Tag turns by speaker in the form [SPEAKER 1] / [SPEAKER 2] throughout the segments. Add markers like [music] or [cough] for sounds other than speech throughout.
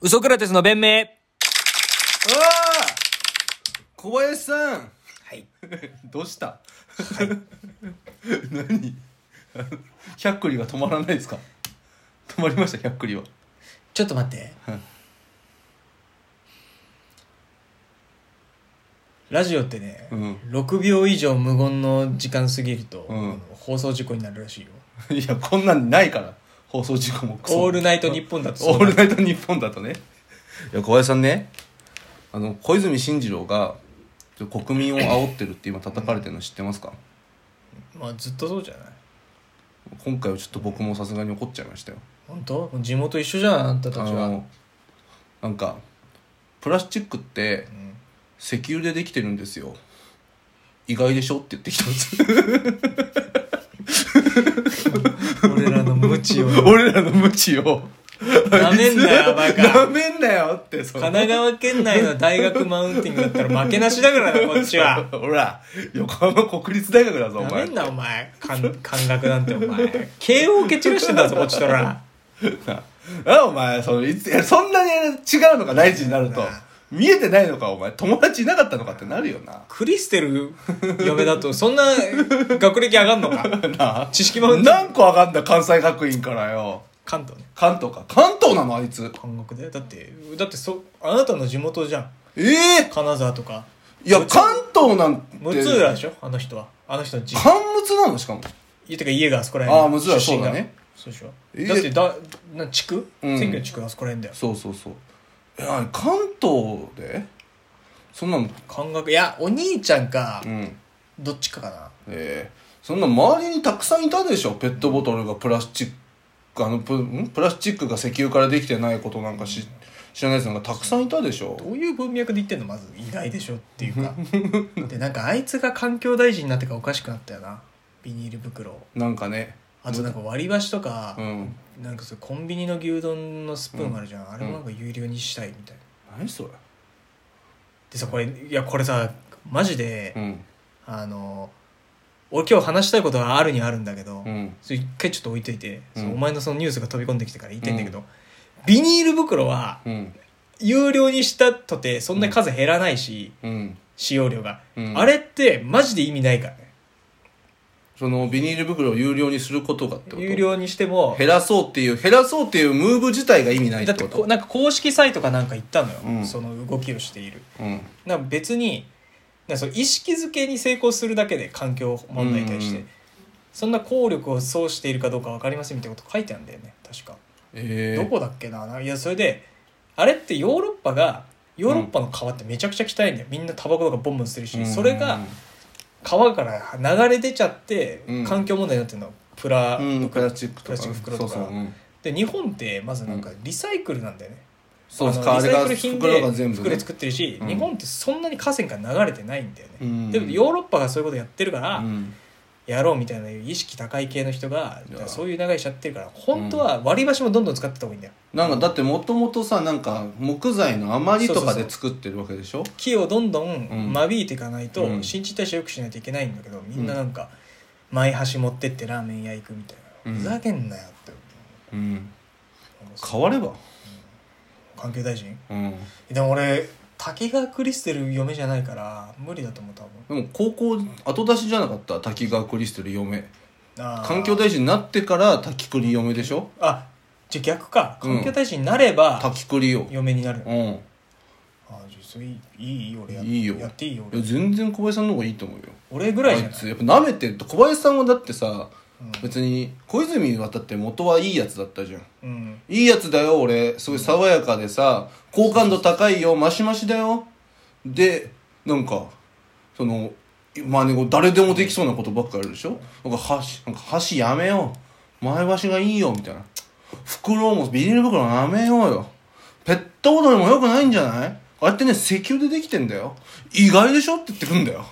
[SPEAKER 1] ウソクラテスの弁明
[SPEAKER 2] ああ小林さん
[SPEAKER 1] はい。
[SPEAKER 2] どうした [laughs] 何ひゃっくりが止まらないですか止まりましたひゃっくりは
[SPEAKER 1] ちょっと待って。
[SPEAKER 2] はい
[SPEAKER 1] ラジオってね、
[SPEAKER 2] うん
[SPEAKER 1] 6秒以上無言の時間過ぎると、
[SPEAKER 2] うん
[SPEAKER 1] あの放送事故になるらしいよ。
[SPEAKER 2] いやこんなんないから放送事故もクソも
[SPEAKER 1] オールナイトニッポンだとそう
[SPEAKER 2] オ
[SPEAKER 1] なる
[SPEAKER 2] ールナイトニッポンだとねいや小林さんねあの小泉進次郎がちょ国民を煽ってるって今叩かれてるの知ってますか
[SPEAKER 1] まあずっとそうじゃない
[SPEAKER 2] 今回はちょっと僕もさすがに怒っちゃいましたよ
[SPEAKER 1] 本当地元一緒じゃん、あんたた
[SPEAKER 2] あ
[SPEAKER 1] ちは。
[SPEAKER 2] のなんかプラスチックって
[SPEAKER 1] ん
[SPEAKER 2] 石油でできてるんですよ意外でしょって言ってきたんです
[SPEAKER 1] 俺らの無 [laughs] 知を。
[SPEAKER 2] 俺らの無知を
[SPEAKER 1] なめんなよバカ
[SPEAKER 2] なめんなよってそ
[SPEAKER 1] 神
[SPEAKER 2] の
[SPEAKER 1] 奈川県内の大学マウンティングだったら負けなしだ [laughs] からな、こっちは。
[SPEAKER 2] [laughs] ほら横浜国立大学だぞお
[SPEAKER 1] なめ
[SPEAKER 2] 前
[SPEAKER 1] んな、お前。感感覚なん [laughs] て、お前。慶応蹴散らしてんだぞ、こっちとら。
[SPEAKER 2] な [laughs] あお前そのいついやそんなに違うのか大事になると見えてないのかお前友達いなかったのかってなるよな [laughs]
[SPEAKER 1] クリステル嫁だと、そんな学歴上がんのか。
[SPEAKER 2] なあ
[SPEAKER 1] 知識マウンティング。
[SPEAKER 2] 何個上がんだ関西学院からよ
[SPEAKER 1] 関東ね。
[SPEAKER 2] 関東か関東なのあいつ
[SPEAKER 1] 関国でだって、だってそ、あなたの地元じゃん。
[SPEAKER 2] ええ
[SPEAKER 1] 金沢とか。
[SPEAKER 2] いや
[SPEAKER 1] むつ
[SPEAKER 2] 関東なんて
[SPEAKER 1] 六浦でしょあの人は。あの人の地。
[SPEAKER 2] 関むつなのしかも
[SPEAKER 1] いてか家があそこら
[SPEAKER 2] ああ
[SPEAKER 1] 辺。
[SPEAKER 2] 六浦
[SPEAKER 1] 出身が
[SPEAKER 2] そうだね。
[SPEAKER 1] そうでしょ。
[SPEAKER 2] え
[SPEAKER 1] だってだ、な、地区
[SPEAKER 2] うん
[SPEAKER 1] 選挙の地区あそこら辺だよ。
[SPEAKER 2] そうそうそういや関東でそんなの
[SPEAKER 1] 感覚、いや、お兄ちゃんか
[SPEAKER 2] う、ん
[SPEAKER 1] どっちかかな。
[SPEAKER 2] ええそんな周りにたくさんいたでしょペットボトルがプラスチックあのプんプラスチックが石油からできてないことなんかし知らないやつなんかたくさんいたでしょ
[SPEAKER 1] どういう文脈で言ってんのまず意外でしょって
[SPEAKER 2] [laughs]
[SPEAKER 1] いうかでなんかあいつが環境大臣になってからおかしくなったよなビニール袋
[SPEAKER 2] なんかね
[SPEAKER 1] あとなんか割り箸とか
[SPEAKER 2] う、ん
[SPEAKER 1] なんかそうコンビニの牛丼のスプーンあるじゃん、あれもなんか有料にしたいみたいな
[SPEAKER 2] 何それ
[SPEAKER 1] でさこれいやこれさマジで、
[SPEAKER 2] うん
[SPEAKER 1] あの俺今日話したいことはあるにはあるんだけど、
[SPEAKER 2] うん
[SPEAKER 1] それ一回ちょっと置いといて、
[SPEAKER 2] うん
[SPEAKER 1] そのお前のそのニュースが飛び込んできてから言いたいんだけど、ビニール袋は
[SPEAKER 2] うん
[SPEAKER 1] 有料にしたとてそんな数減らないし、
[SPEAKER 2] うん
[SPEAKER 1] 使用量が、
[SPEAKER 2] うん
[SPEAKER 1] あれってマジで意味ないからね
[SPEAKER 2] そのビニール袋を有料にすることがってこと
[SPEAKER 1] 有料にしても
[SPEAKER 2] 減らそうっていう減らそうっていうムーブ自体が意味ないっ
[SPEAKER 1] だ
[SPEAKER 2] て
[SPEAKER 1] って
[SPEAKER 2] こ
[SPEAKER 1] ことなんか公式サイトかなんか行ったのよ、
[SPEAKER 2] うん
[SPEAKER 1] その動きをしている
[SPEAKER 2] うん
[SPEAKER 1] なんか別になんかその意識づけに成功するだけで環境問題に対して、
[SPEAKER 2] うん
[SPEAKER 1] そんな効力を奏しているかどうか分かりませんみたいなこと書いてあるんだよね確か、
[SPEAKER 2] ええ
[SPEAKER 1] どこだっけないやそれであれってヨーロッパがヨーロッパの川ってめちゃくちゃ汚いんだよみんなタバコとかボンボンするし、
[SPEAKER 2] うん
[SPEAKER 1] それが川から流れ出ちゃって
[SPEAKER 2] うん
[SPEAKER 1] 環境問題になってるのプラ、
[SPEAKER 2] うんプラスチックとか
[SPEAKER 1] プラスチック袋とか
[SPEAKER 2] そうそう、うん
[SPEAKER 1] で日本ってまずなんかリサイクルなんだよね、
[SPEAKER 2] そう
[SPEAKER 1] あ
[SPEAKER 2] です
[SPEAKER 1] の
[SPEAKER 2] かあ
[SPEAKER 1] リ
[SPEAKER 2] れ
[SPEAKER 1] サイ
[SPEAKER 2] が
[SPEAKER 1] クル品
[SPEAKER 2] 袋
[SPEAKER 1] で
[SPEAKER 2] が全部
[SPEAKER 1] 袋
[SPEAKER 2] ね
[SPEAKER 1] で作ってるし、
[SPEAKER 2] うん
[SPEAKER 1] 日本ってそんなに河川から流れてないんだよね、
[SPEAKER 2] うん
[SPEAKER 1] でもヨーロッパがそういうことやってるから、
[SPEAKER 2] うん
[SPEAKER 1] やろうみたいな意識高い系の人が
[SPEAKER 2] いや
[SPEAKER 1] そういう流れしちゃってるから本当は割り箸もどんどん使ってた方がいいんだよ
[SPEAKER 2] なんかだってもともとさなんか木材の余りとかで作ってるわけでしょ
[SPEAKER 1] 木をどんど
[SPEAKER 2] うん
[SPEAKER 1] ん間引いていかないと、
[SPEAKER 2] うん
[SPEAKER 1] 新陳代謝良くしないといけないんだけどみんななんか前箸持ってってラーメン屋行くみたいな、
[SPEAKER 2] うん
[SPEAKER 1] ふざけんなよって
[SPEAKER 2] うん変われば
[SPEAKER 1] 環境大臣
[SPEAKER 2] うん
[SPEAKER 1] でも俺滝川クリステル嫁じゃないから無理だと思う多分
[SPEAKER 2] でも高校後出しじゃなかった滝川クリステル嫁
[SPEAKER 1] あー
[SPEAKER 2] 環境大臣になってから滝クリ嫁でしょ
[SPEAKER 1] あじゃあ逆か
[SPEAKER 2] うん
[SPEAKER 1] 環境大臣になれば
[SPEAKER 2] 滝クリよ
[SPEAKER 1] 嫁になる、
[SPEAKER 2] う
[SPEAKER 1] あ
[SPEAKER 2] ん
[SPEAKER 1] ー
[SPEAKER 2] い
[SPEAKER 1] じゃあそれいいいい俺や
[SPEAKER 2] いいよ
[SPEAKER 1] やっていいよ
[SPEAKER 2] や
[SPEAKER 1] 俺
[SPEAKER 2] 全然小林さんの方がいいと思うよ
[SPEAKER 1] 俺ぐらいじゃ
[SPEAKER 2] あ
[SPEAKER 1] ないい
[SPEAKER 2] つやっぱ舐めてると小林さんはだってさ、
[SPEAKER 1] うん
[SPEAKER 2] 別に小泉はだって元はいいやつだったじゃん
[SPEAKER 1] うん
[SPEAKER 2] いいやつだよ俺すごい爽やかでさ好感度高いよマシマシだよでなんかそのまあね誰でもできそうなことばっかやるでしょなんか箸なんか箸やめよう前箸がいいよみたいな袋もビニール袋もやめようよペットボトルもよくないんじゃないあれってね石油でできてんだよ意外でしょって言ってくんだよ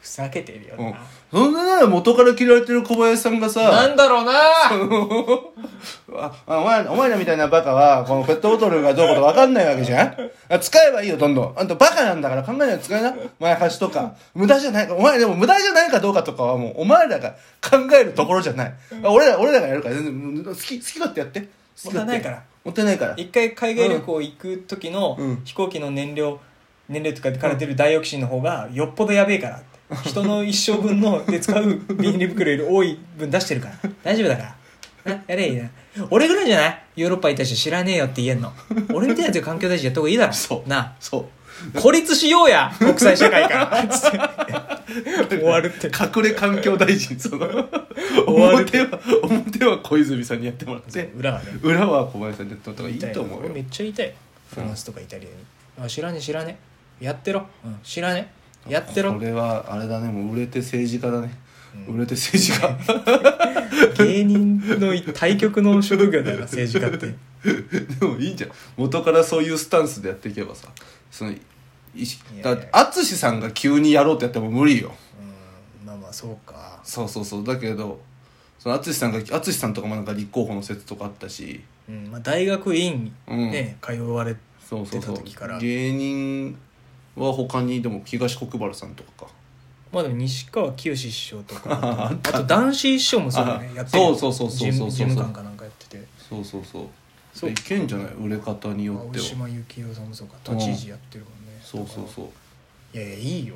[SPEAKER 1] ふざけてるよ
[SPEAKER 2] うん
[SPEAKER 1] な、
[SPEAKER 2] そんななら元から嫌われてる小林さんがさ
[SPEAKER 1] なんだろうな
[SPEAKER 2] ああお前お前らみたいなバカは、このペットボトルがどうこと分かんないわけじゃんあ使えばいいよ、どんどん。あんたバカなんだから考えないで使えな。前端とか。無駄じゃないか。お前、でも無駄じゃないかどうかとかはもう、お前らが考えるところじゃない。あ俺ら、俺らがやるから全然、好き、好き勝手やって。好き
[SPEAKER 1] 無駄
[SPEAKER 2] 勝手
[SPEAKER 1] ないから。
[SPEAKER 2] 持ってないから
[SPEAKER 1] 一回海外旅行行く時の
[SPEAKER 2] うん
[SPEAKER 1] 飛行機の燃料、燃料とかで枯れてるダイオキシンの方がよっぽどやべえからって人の一生分ので使う [laughs] ビニール袋より多い分出してるから大丈夫だからなやれいいな俺ぐらいじゃないヨーロッパ行った人知らねえよって言えんの俺みたいなやつが環境大臣やった方がいいだろ
[SPEAKER 2] そう
[SPEAKER 1] な
[SPEAKER 2] そう
[SPEAKER 1] あ孤立しようや国際社会からつって
[SPEAKER 2] [laughs]
[SPEAKER 1] 終わるって
[SPEAKER 2] 隠れ環境大臣
[SPEAKER 1] [laughs]
[SPEAKER 2] その
[SPEAKER 1] わるっ
[SPEAKER 2] 表は表は小泉さんにやってもらって
[SPEAKER 1] 裏はね
[SPEAKER 2] 裏は小林さんにやってもらったらいいと思
[SPEAKER 1] 俺
[SPEAKER 2] う
[SPEAKER 1] め
[SPEAKER 2] よ
[SPEAKER 1] っちゃ言いたいよフランスとかイタリアに、あ知らねえ知らねえやってろ、うん、知らねえやってろ
[SPEAKER 2] これはあれだねもう売れて政治家だね、売れて政治家 [laughs]
[SPEAKER 1] 芸人の対局の職業だよな政治家
[SPEAKER 2] [laughs]
[SPEAKER 1] って
[SPEAKER 2] でもいいじゃん元からそういうスタンスでやっていけばさそのいし
[SPEAKER 1] いやい
[SPEAKER 2] だ
[SPEAKER 1] や
[SPEAKER 2] って淳さんが急にやろうってやっても無理よ
[SPEAKER 1] まあまあそうか
[SPEAKER 2] そうそうそうだけどその淳さんが淳さんとかもなんか立候補の説とかあったし
[SPEAKER 1] うんまあ、大学院
[SPEAKER 2] うん
[SPEAKER 1] にね、通われ
[SPEAKER 2] そうそうそう
[SPEAKER 1] 出た時から
[SPEAKER 2] 芸人は他にでも東国原さんとかか
[SPEAKER 1] まあでも西川きよし師匠とか
[SPEAKER 2] あ [laughs]
[SPEAKER 1] あ
[SPEAKER 2] った
[SPEAKER 1] と男子師匠もそうだね
[SPEAKER 2] あ
[SPEAKER 1] やってるよ
[SPEAKER 2] そうそうそうそうそうそ
[SPEAKER 1] 事務
[SPEAKER 2] う
[SPEAKER 1] 事務官かなんかやってて
[SPEAKER 2] そうそうそう
[SPEAKER 1] そう
[SPEAKER 2] いけんじゃない売れ方によ
[SPEAKER 1] まあ
[SPEAKER 2] って
[SPEAKER 1] 大
[SPEAKER 2] は
[SPEAKER 1] 島由紀夫さんもそうか都知事やってるもんね
[SPEAKER 2] そうそうそう
[SPEAKER 1] ういやいやいいよ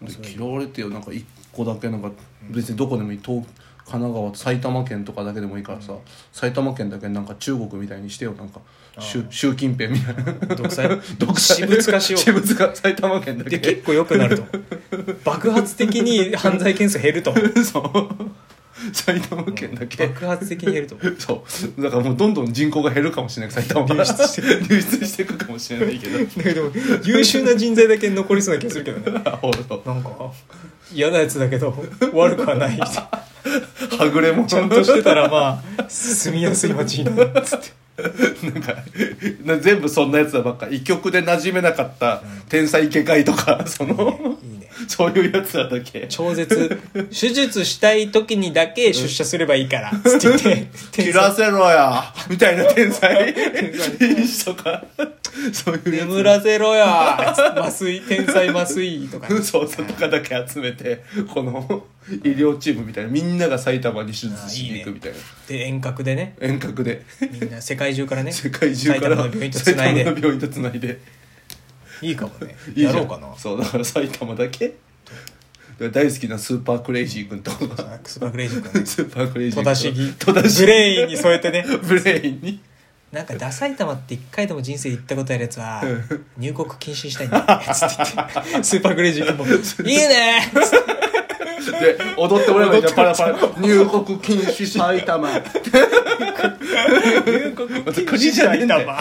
[SPEAKER 2] で
[SPEAKER 1] そう
[SPEAKER 2] 嫌われてよなんか一個だけなんか別にどこでもいい東神奈川埼玉県とかだけでもいいからさ、埼玉県だけなんか中国みたいにしてよなんか習
[SPEAKER 1] あー
[SPEAKER 2] 習近平みたいな
[SPEAKER 1] 独裁
[SPEAKER 2] 独裁
[SPEAKER 1] 私物化しよう
[SPEAKER 2] 私物化埼玉県だ
[SPEAKER 1] で
[SPEAKER 2] け
[SPEAKER 1] 結構良くなると思う爆発的に犯罪件数減ると思う
[SPEAKER 2] そう埼玉県だけ、
[SPEAKER 1] [laughs] 爆発的に減ると思う
[SPEAKER 2] そうだからもうどんどん人口が減るかもしれない埼玉流出して [laughs] 流出していくかもしれないけ
[SPEAKER 1] [laughs]
[SPEAKER 2] ど
[SPEAKER 1] だけど優秀な人材だけ残りそうな気がするけどね
[SPEAKER 2] あほらそう
[SPEAKER 1] なんか嫌なやつだけど悪くはないち
[SPEAKER 2] はぐれも
[SPEAKER 1] ゃんとしてたらまあ住みやすい街になるつって
[SPEAKER 2] なんかな全部そんなやつらばっか一曲で馴染めなかった天才外科医とかその
[SPEAKER 1] いいね
[SPEAKER 2] そういうやつらだけ
[SPEAKER 1] 超絶手術したい時にだけ出社すればいいからつって言って
[SPEAKER 2] 「切らせろや!」みたいな天才医師とかそういうやつ
[SPEAKER 1] 眠らせろやつって麻酔天才麻酔とかね
[SPEAKER 2] そうそうとかだけ集めてこの医療チームみたいなみんなが埼玉に手術しに行くみたいな
[SPEAKER 1] で遠隔でね
[SPEAKER 2] 遠隔で
[SPEAKER 1] みんな世界中からね
[SPEAKER 2] 世界中か
[SPEAKER 1] 埼
[SPEAKER 2] ら
[SPEAKER 1] 玉の病院とつないで
[SPEAKER 2] 埼玉の病院とつないで
[SPEAKER 1] いいかもね
[SPEAKER 2] いいじゃ
[SPEAKER 1] や
[SPEAKER 2] ん
[SPEAKER 1] ろうかな
[SPEAKER 2] そうだから埼玉だけだから大好きなスーパークレイジー君とか
[SPEAKER 1] アックスパークレイジー君ね
[SPEAKER 2] スーパークレイジ
[SPEAKER 1] [laughs]
[SPEAKER 2] ー
[SPEAKER 1] 戸田市議
[SPEAKER 2] 戸田市
[SPEAKER 1] ブレインに添えてね
[SPEAKER 2] ブレインに
[SPEAKER 1] なんかダサい玉って一回でも人生で行ったことあるやつは入国禁止したいんだよねつって [laughs] 言ってスーパークレイジー君も「いいね!」
[SPEAKER 2] で踊ってもらえばいいじゃんパラパラ入国禁止埼玉
[SPEAKER 1] 入国
[SPEAKER 2] 国じゃねえんだよ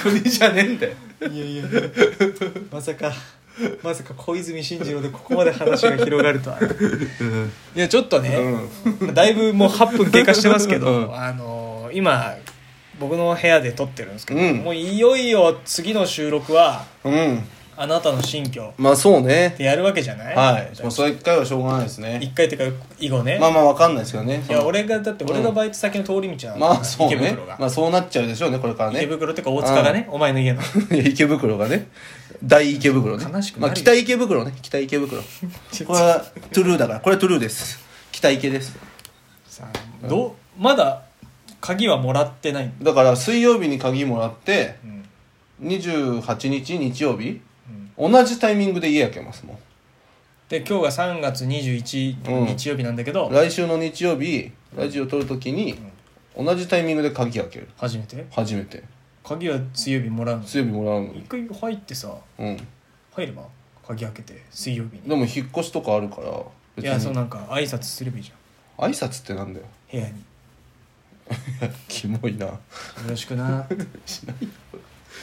[SPEAKER 2] 国じゃねえんだよ
[SPEAKER 1] いやいやまさかまさか小泉進次郎でここまで話が広がるとはないやちょっとね、だいぶもう8分経過してますけど、
[SPEAKER 2] うん
[SPEAKER 1] あのー今僕の部屋で撮ってるんですけど、
[SPEAKER 2] うん
[SPEAKER 1] もういよいよ次の収録は
[SPEAKER 2] うん
[SPEAKER 1] あなたの新居
[SPEAKER 2] まあそうね
[SPEAKER 1] でやるわけじゃない
[SPEAKER 2] はいまあそれ一回はしょうがないですね
[SPEAKER 1] 一回っていうか以後ね、
[SPEAKER 2] まあまあわかんないですよね
[SPEAKER 1] いや俺がだって俺のバイト先の通り道なの、
[SPEAKER 2] まあそう
[SPEAKER 1] 池
[SPEAKER 2] ね
[SPEAKER 1] 袋が、
[SPEAKER 2] まあそうなっちゃうでしょうねこれから
[SPEAKER 1] [laughs]
[SPEAKER 2] ね
[SPEAKER 1] 池袋ってか大塚がね、お前の家の
[SPEAKER 2] いや池袋がね大池袋ね
[SPEAKER 1] 悲しくな
[SPEAKER 2] ま
[SPEAKER 1] るよ
[SPEAKER 2] あ、北池袋ね北
[SPEAKER 1] [laughs]
[SPEAKER 2] 池袋これはトゥルーだからこれはトゥルーです北池です
[SPEAKER 1] さあどうまだ鍵はもらってない、
[SPEAKER 2] だから水曜日に鍵もらって
[SPEAKER 1] うん
[SPEAKER 2] 28日日曜日
[SPEAKER 1] うん
[SPEAKER 2] 同じタイミングで家開けますも
[SPEAKER 1] で今日が3月21、
[SPEAKER 2] うん
[SPEAKER 1] 日曜日なんだけど
[SPEAKER 2] ん来週の日曜日ラジオ撮るときに同じタイミングで鍵開ける
[SPEAKER 1] 初めて
[SPEAKER 2] 初めて
[SPEAKER 1] 鍵は水曜日もらうの
[SPEAKER 2] 水曜日もらうの
[SPEAKER 1] 一回
[SPEAKER 2] に
[SPEAKER 1] 入ってさ
[SPEAKER 2] うん
[SPEAKER 1] 入れば鍵開けて水曜日に
[SPEAKER 2] でも引っ越しとかあるから
[SPEAKER 1] いやそう
[SPEAKER 2] 挨
[SPEAKER 1] なんか挨拶すればいいじ
[SPEAKER 2] 拶っ
[SPEAKER 1] [laughs]
[SPEAKER 2] てなんだよ
[SPEAKER 1] ゃん部屋に
[SPEAKER 2] キモい
[SPEAKER 1] 「
[SPEAKER 2] な
[SPEAKER 1] よろしくな」ってこ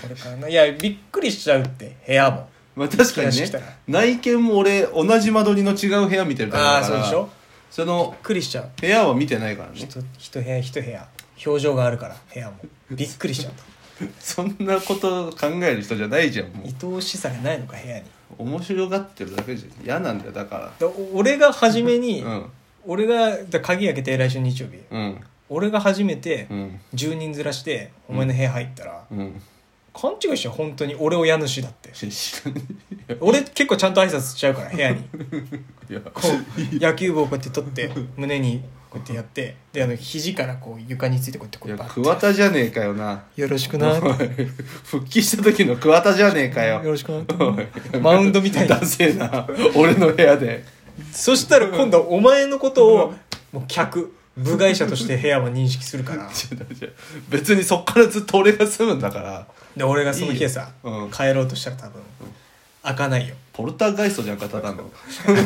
[SPEAKER 1] れからないやびっくりしちゃうって部屋も
[SPEAKER 2] まあ確かに
[SPEAKER 1] 気が
[SPEAKER 2] ね
[SPEAKER 1] してきたら
[SPEAKER 2] 内見も俺同じ間取りの違う部屋見てるタイプ
[SPEAKER 1] ああ
[SPEAKER 2] だ
[SPEAKER 1] ー
[SPEAKER 2] か
[SPEAKER 1] そう
[SPEAKER 2] ら
[SPEAKER 1] でしょ
[SPEAKER 2] その
[SPEAKER 1] びっくりしちゃう
[SPEAKER 2] 部屋は見てないからね [laughs]
[SPEAKER 1] 一一部屋一部屋表情があるから部屋もびっくりしちゃうと
[SPEAKER 2] そんなこと考える人じゃないじゃんもう
[SPEAKER 1] 愛おしさがないのか部屋に
[SPEAKER 2] 面白がってるだけじゃん嫌なんだよだか
[SPEAKER 1] でお俺が初めに、
[SPEAKER 2] らうん
[SPEAKER 1] 俺がだ鍵開けて来週日曜日
[SPEAKER 2] うん
[SPEAKER 1] 俺が初めて
[SPEAKER 2] うん
[SPEAKER 1] 10人ずらしてお前の部屋入ったら、
[SPEAKER 2] うん
[SPEAKER 1] 勘違いしちゃう本当に俺を家主だって
[SPEAKER 2] ししいや
[SPEAKER 1] 俺結構ちゃんと挨拶しちゃうから部屋に
[SPEAKER 2] いや
[SPEAKER 1] こう野球帽をこうやって取って胸にこうやってやってであの肘からこう床についてこうやってこ
[SPEAKER 2] いうや
[SPEAKER 1] バッて
[SPEAKER 2] 桑田じゃねえかよな
[SPEAKER 1] よろしく
[SPEAKER 2] お
[SPEAKER 1] ない
[SPEAKER 2] 復帰した時の桑田じゃねえか
[SPEAKER 1] よ
[SPEAKER 2] よ
[SPEAKER 1] ろしくなマウンドみたいな
[SPEAKER 2] ダセえな俺の部屋で
[SPEAKER 1] そしたら今度はお前のことをもう客部外者として [laughs] 部屋は認識するから
[SPEAKER 2] 違う違う別にそっからずっと俺が住むんだから
[SPEAKER 1] で俺がその日さ、
[SPEAKER 2] いいようん
[SPEAKER 1] 帰ろうとしたら多分開かないよ
[SPEAKER 2] ポルターガイストじゃんかただの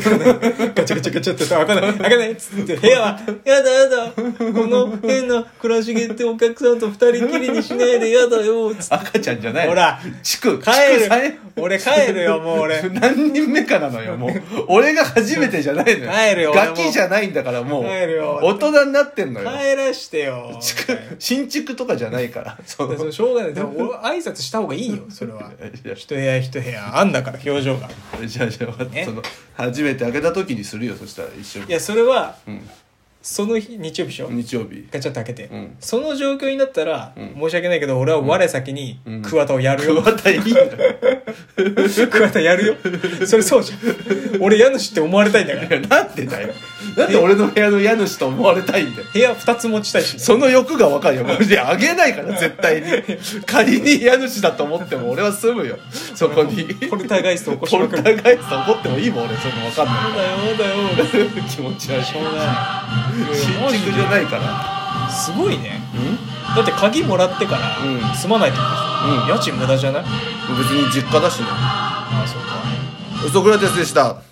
[SPEAKER 1] ガチャガチャガチャって開かない開かないっつって部屋は「やだやだこの変な倉重ってお客さんと二人きりにしないでやだよ」つって
[SPEAKER 2] 赤ちゃんじゃない
[SPEAKER 1] ほら
[SPEAKER 2] 地区
[SPEAKER 1] 帰
[SPEAKER 2] 地区さ
[SPEAKER 1] る俺帰るよもう俺
[SPEAKER 2] 何人目かなのよもう俺が初めてじゃないのよ
[SPEAKER 1] 帰るよ俺
[SPEAKER 2] ガ
[SPEAKER 1] も
[SPEAKER 2] キじゃないんだからもう
[SPEAKER 1] 帰るよ
[SPEAKER 2] 大人になってんのよ
[SPEAKER 1] 帰らしてよ
[SPEAKER 2] 地区新築とかじゃな
[SPEAKER 1] [laughs]
[SPEAKER 2] いからそ
[SPEAKER 1] でその
[SPEAKER 2] う
[SPEAKER 1] しょうがないでも俺挨拶した方がい [laughs] いよそれはい
[SPEAKER 2] や
[SPEAKER 1] 一部屋一部屋あんだから表情が
[SPEAKER 2] じゃあじゃあ、
[SPEAKER 1] ね
[SPEAKER 2] その初めて開けた時にするよそしたら一緒
[SPEAKER 1] い
[SPEAKER 2] に
[SPEAKER 1] やそれは
[SPEAKER 2] うん
[SPEAKER 1] その日日曜日でしょ、
[SPEAKER 2] 日曜日
[SPEAKER 1] ガチャッと開けて、
[SPEAKER 2] うん
[SPEAKER 1] その状況になったら、
[SPEAKER 2] うん
[SPEAKER 1] 申し訳ないけど俺は我先に
[SPEAKER 2] うん
[SPEAKER 1] 桑田をやるよ、
[SPEAKER 2] 桑田いいんだよ
[SPEAKER 1] 桑田やるよそれそうじゃん俺家主って思われたいんだか
[SPEAKER 2] い
[SPEAKER 1] ら
[SPEAKER 2] やなんでだよなんで俺の部屋の家主と思われたいんだよ
[SPEAKER 1] 部屋2つ持ちたいし、
[SPEAKER 2] その欲が分かるよ。いや、あげないから、絶対に。仮に家主だと思っても、俺は住むよ。そこに。
[SPEAKER 1] ポルターガイスト起こし
[SPEAKER 2] ポ
[SPEAKER 1] ま
[SPEAKER 2] ル
[SPEAKER 1] く
[SPEAKER 2] タ
[SPEAKER 1] る
[SPEAKER 2] ーガイスト怒ってもいいもん、俺。そんな分かん
[SPEAKER 1] そう
[SPEAKER 2] な
[SPEAKER 1] だよそうだよ
[SPEAKER 2] いから。気持ち悪い。
[SPEAKER 1] しょうがない
[SPEAKER 2] 新築じゃないから。
[SPEAKER 1] いすごいね
[SPEAKER 2] うん
[SPEAKER 1] だって鍵もらってから
[SPEAKER 2] うん
[SPEAKER 1] 住まないってこ
[SPEAKER 2] うん
[SPEAKER 1] とでしょ、家賃無駄じゃない
[SPEAKER 2] 別に実家だしね。
[SPEAKER 1] ああそうか
[SPEAKER 2] ソクラテスでした。